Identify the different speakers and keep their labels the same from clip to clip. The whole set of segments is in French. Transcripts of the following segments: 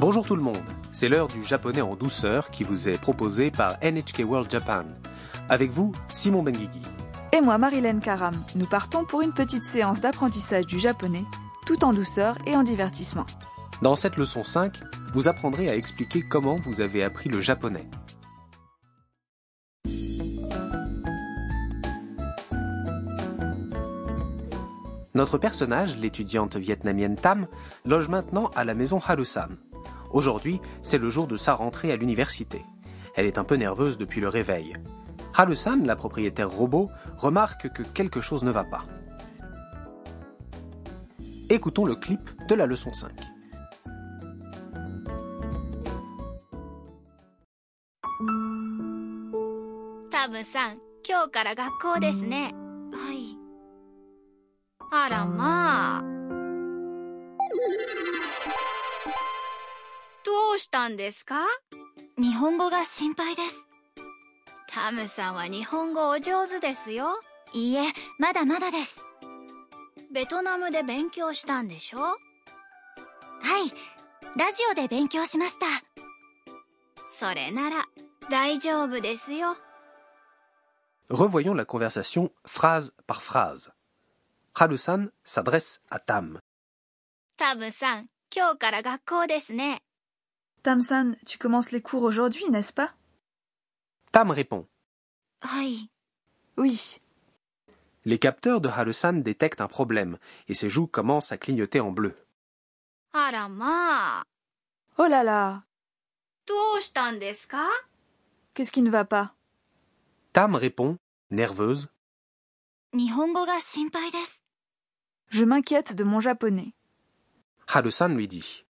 Speaker 1: Bonjour tout le monde, c'est l'heure du japonais en douceur qui vous est proposée par NHK World Japan. Avec vous, Simon Benguigui.
Speaker 2: Et moi, Marilène Karam, nous partons pour une petite séance d'apprentissage du japonais, tout en douceur et en divertissement.
Speaker 1: Dans cette leçon 5, vous apprendrez à expliquer comment vous avez appris le japonais. Notre personnage, l'étudiante vietnamienne Tam, loge maintenant à la maison Harusan. Aujourd'hui, c'est le jour de sa rentrée à l'université. Elle est un peu nerveuse depuis le réveil. Harusan, la propriétaire robot, remarque que quelque chose ne va pas. Écoutons le clip de la leçon 5.
Speaker 3: タムさん今日から学校ですねはいあらまあどうしたんですか日本語が心配ですタムさんは日本語お上手ですよいいえまだまだですベトナムで勉強したんでしょはいラジオで勉強しましたそれなら大丈夫ですよ
Speaker 1: Revoyons la conversation phrase par phrase. Harusan s'adresse à Tam.
Speaker 3: タムさん今日から学校ですね
Speaker 2: Tamsan, tu commences les cours aujourd'hui, n'est-ce pas
Speaker 1: Tam répond.
Speaker 3: はい。
Speaker 2: Oui.
Speaker 1: Les capteurs de Harusan détectent un problème et ses joues commencent à clignoter en bleu.
Speaker 3: あらまあ。
Speaker 2: Oh là là
Speaker 3: どうしたんですか
Speaker 2: Qu'est-ce qui ne va pas
Speaker 1: Tam répond, nerveuse.
Speaker 3: 日本語が心配です。
Speaker 2: Je m'inquiète de mon japonais.
Speaker 1: Harusan lui dit.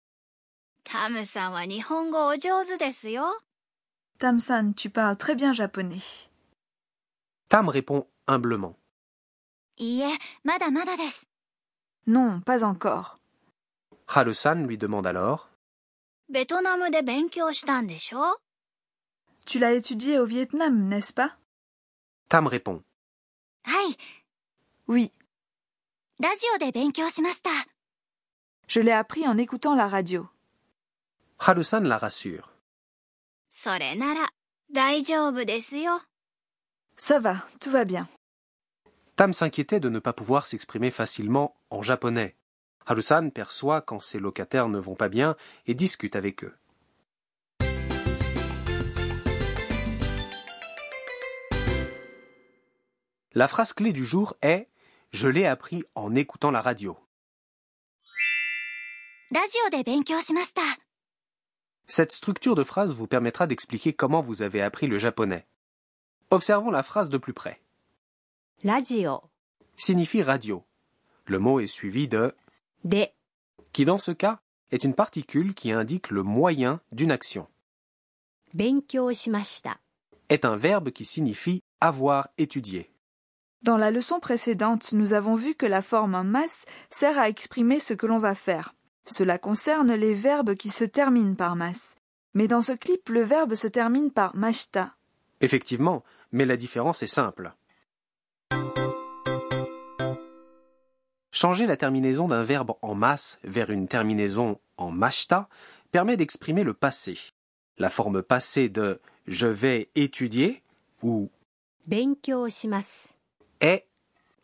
Speaker 3: タムさんは日本語お上手ですよ。
Speaker 2: Tamsan, tu parles très bien japonais.
Speaker 1: Tam répond humblement.
Speaker 3: いいえ、まだまだです。
Speaker 2: Non, pas encore.
Speaker 1: Harusan lui demande alors.
Speaker 3: ベトナムで勉強したんでしょ
Speaker 2: Tu l'as étudié au Vietnam, n'est-ce pas
Speaker 1: Tam répond.
Speaker 3: い。
Speaker 2: Oui.
Speaker 3: ラジオで勉強しました。
Speaker 2: Je l'ai appris en écoutant la radio.
Speaker 1: Harusan la rassure.
Speaker 3: それなら、大丈夫ですよ。
Speaker 2: Ça va, tout va bien.
Speaker 1: Tam s'inquiétait de ne pas pouvoir s'exprimer facilement en japonais. Harusan perçoit quand ses locataires ne vont pas bien et discute avec eux. La phrase clé du jour est Je l'ai appris en écoutant la radio.
Speaker 3: ラジオで勉強しました。
Speaker 1: Cette structure de phrase vous permettra d'expliquer comment vous avez appris le japonais. Observons la phrase de plus près.
Speaker 3: ラジオ
Speaker 1: Signifie radio. Le mot est suivi de
Speaker 3: で
Speaker 1: qui dans ce cas est une particule qui indique le moyen d'une action,
Speaker 3: 勉強しました。
Speaker 1: est un verbe qui signifie avoir étudié.
Speaker 2: Dans la leçon précédente, nous avons vu que la forme en masse sert à exprimer ce que l'on va faire. Cela concerne les verbes qui se terminent par masse. Mais dans ce clip, le verbe se termine par mashita.
Speaker 1: Effectivement, mais la différence est simple. Changer la terminaison d'un verbe en masse vers une terminaison en machta permet d'exprimer le passé. La forme passée de je vais étudier ou
Speaker 4: 勉強します。
Speaker 1: est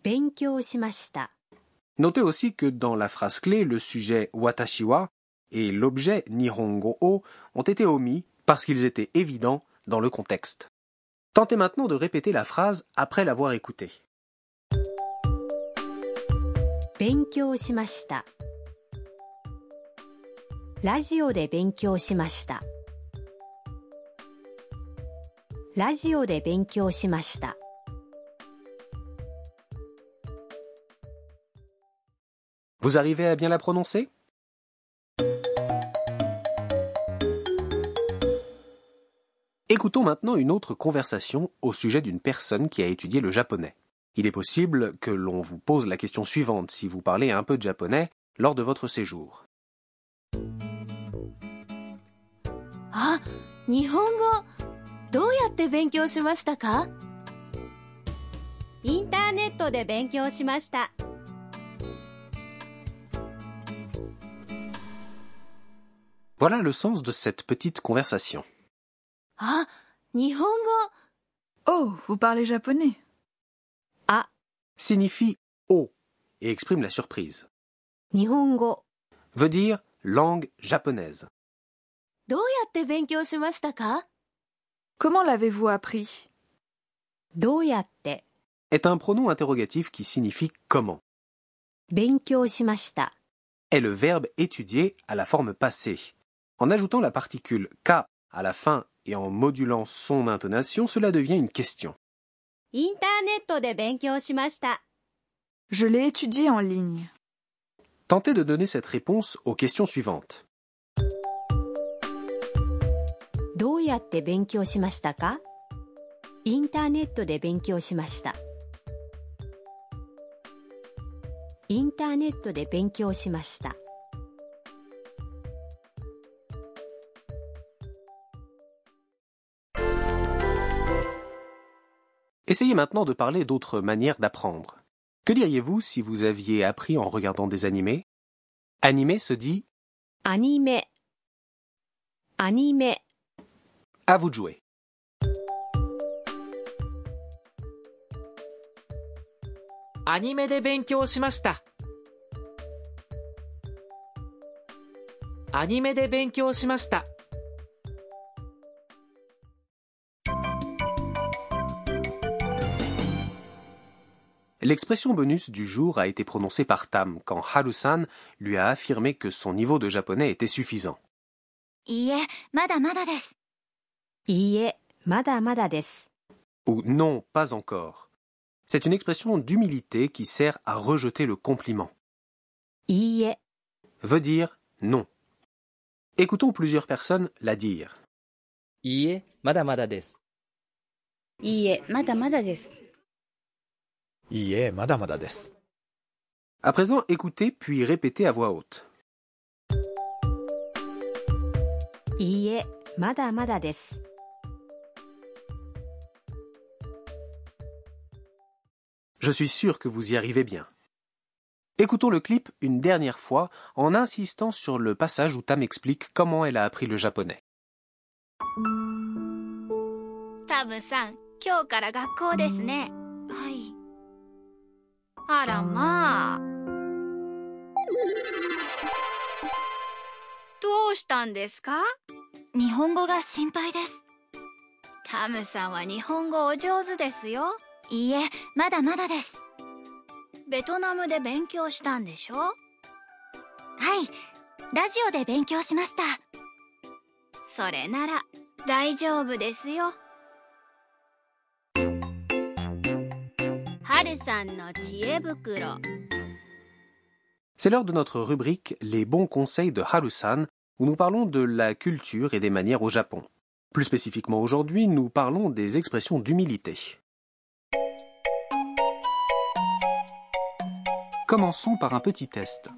Speaker 4: 勉強しました。
Speaker 1: Notez aussi que dans la phrase clé, le sujet Watashiwa et l'objet Nihongo o ont été omis parce qu'ils étaient évidents dans le contexte. Tentez maintenant de répéter la phrase après l'avoir écoutée.
Speaker 4: 勉強しました。ラジオで勉強しました。ラジオで勉強しました。
Speaker 1: Vous arrivez à bien la prononcer Écoutons maintenant une autre conversation au sujet d'une personne qui a étudié le japonais. Il est possible que l'on vous pose la question suivante si vous parlez un peu de japonais lors de votre séjour.
Speaker 5: あ、日本語どうやって勉強しましたかインターネットで勉強しました。
Speaker 1: Voilà le sens de cette petite conversation.
Speaker 5: あ、日本語。
Speaker 2: Oh, vous parlez japonais.
Speaker 4: あ、
Speaker 1: Signifie oh et exprime la surprise.
Speaker 4: 日本語、
Speaker 1: Veut dire langue japonaise.
Speaker 5: どうやって勉強しましたか
Speaker 2: Comment l'avez-vous appris
Speaker 4: どうやって、
Speaker 1: est un pronom interrogatif qui signifie comment.
Speaker 4: 勉強しました。
Speaker 1: Est le verbe étudier à la forme passée. En ajoutant la particule ka à la fin et en modulant son intonation, cela devient une question.
Speaker 5: インターネットで勉強しました。
Speaker 2: Je l'ai étudié en ligne.
Speaker 1: Tentez de donner cette réponse aux questions suivantes.
Speaker 4: どうやって勉強しましたかインターネットで勉強しました。インターネットで勉強しました。
Speaker 1: Essayez maintenant de parler d'autres manières d'apprendre. Que diriez-vous si vous aviez appris en regardant des animés Animé se dit
Speaker 4: アニメ、アニメ、
Speaker 1: à vous de jouer.
Speaker 6: 「アニメで勉強しました」「アニメで勉強しました」
Speaker 1: L'expression bonus du jour a été prononcée par Tam quand Harusan lui a affirmé que son niveau de japonais était suffisant.
Speaker 3: いいえ、まだまだです。
Speaker 4: いいえ、まだまだです。
Speaker 1: ou non, pas encore. C'est une expression d'humilité qui sert à rejeter le compliment.
Speaker 4: いいえ、
Speaker 1: Veut dire non. Écoutons plusieurs personnes la dire.
Speaker 7: いいえ、まだまだです。
Speaker 5: いいえ、まだまだです。
Speaker 8: いいえ、まだまだです。
Speaker 1: À présent, écoutez puis répétez à voix haute.
Speaker 4: いいえ、まだまだです。
Speaker 1: Je suis sûr que vous y arrivez bien. Écoutons le clip une dernière fois en insistant sur le passage où Tam explique comment elle a appris le japonais.
Speaker 3: タムさん、今日から学校ですね。はい。あらまあ。どうしたんですか日本語が心配です。タムさんは日本語お上手ですよ。いいえ、まだまだです。ベトナムで勉強したんでしょはい、ラジオで勉強しました。それなら大丈夫ですよ。はるさんの知恵袋。
Speaker 1: C'est l'heure de notre rubrique Les bons conseils de Harusan, où nous parlons de la culture et des manières au Japon. Plus spécifiquement aujourd'hui, nous parlons des expressions d'humilité. Commençons par un petit test.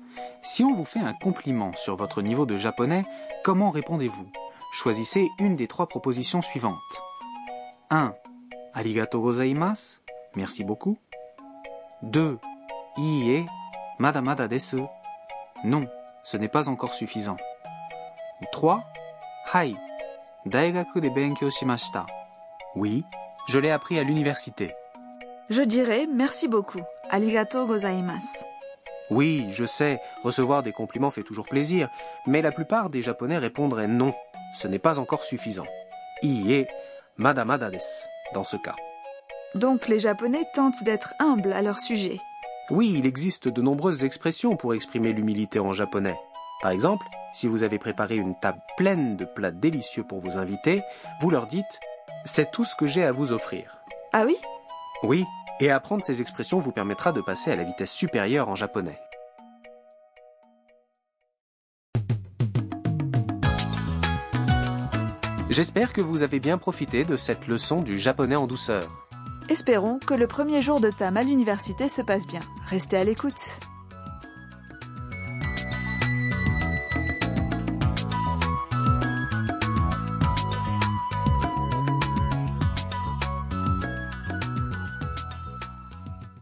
Speaker 1: Si on vous fait un compliment sur votre niveau de japonais, comment répondez-vous Choisissez une des trois propositions suivantes. 1. Arigato gozaimasu. Merci beaucoup. 2. Iie Madamada desu. Non, ce n'est pas encore suffisant. 3. Hai. Daigaku de benkyo shimashita. Oui, je l'ai appris à l'université.
Speaker 2: Je dirais merci beaucoup. Arigato gozaimasu.
Speaker 1: Oui, je sais, recevoir des compliments fait toujours plaisir, mais la plupart des Japonais répondraient non, ce n'est pas encore suffisant. Iie Madamada desu, dans ce cas.
Speaker 2: Donc les Japonais tentent d'être humbles à leur sujet.
Speaker 1: Oui, il existe de nombreuses expressions pour exprimer l'humilité en japonais. Par exemple, si vous avez préparé une table pleine de plats délicieux pour vos invités, vous leur dites C'est tout ce que j'ai à vous offrir.
Speaker 2: Ah oui
Speaker 1: Oui, et apprendre ces expressions vous permettra de passer à la vitesse supérieure en japonais. J'espère que vous avez bien profité de cette leçon du japonais en douceur.
Speaker 2: Espérons que le premier jour de Tam à l'université se passe bien. Restez à l'écoute.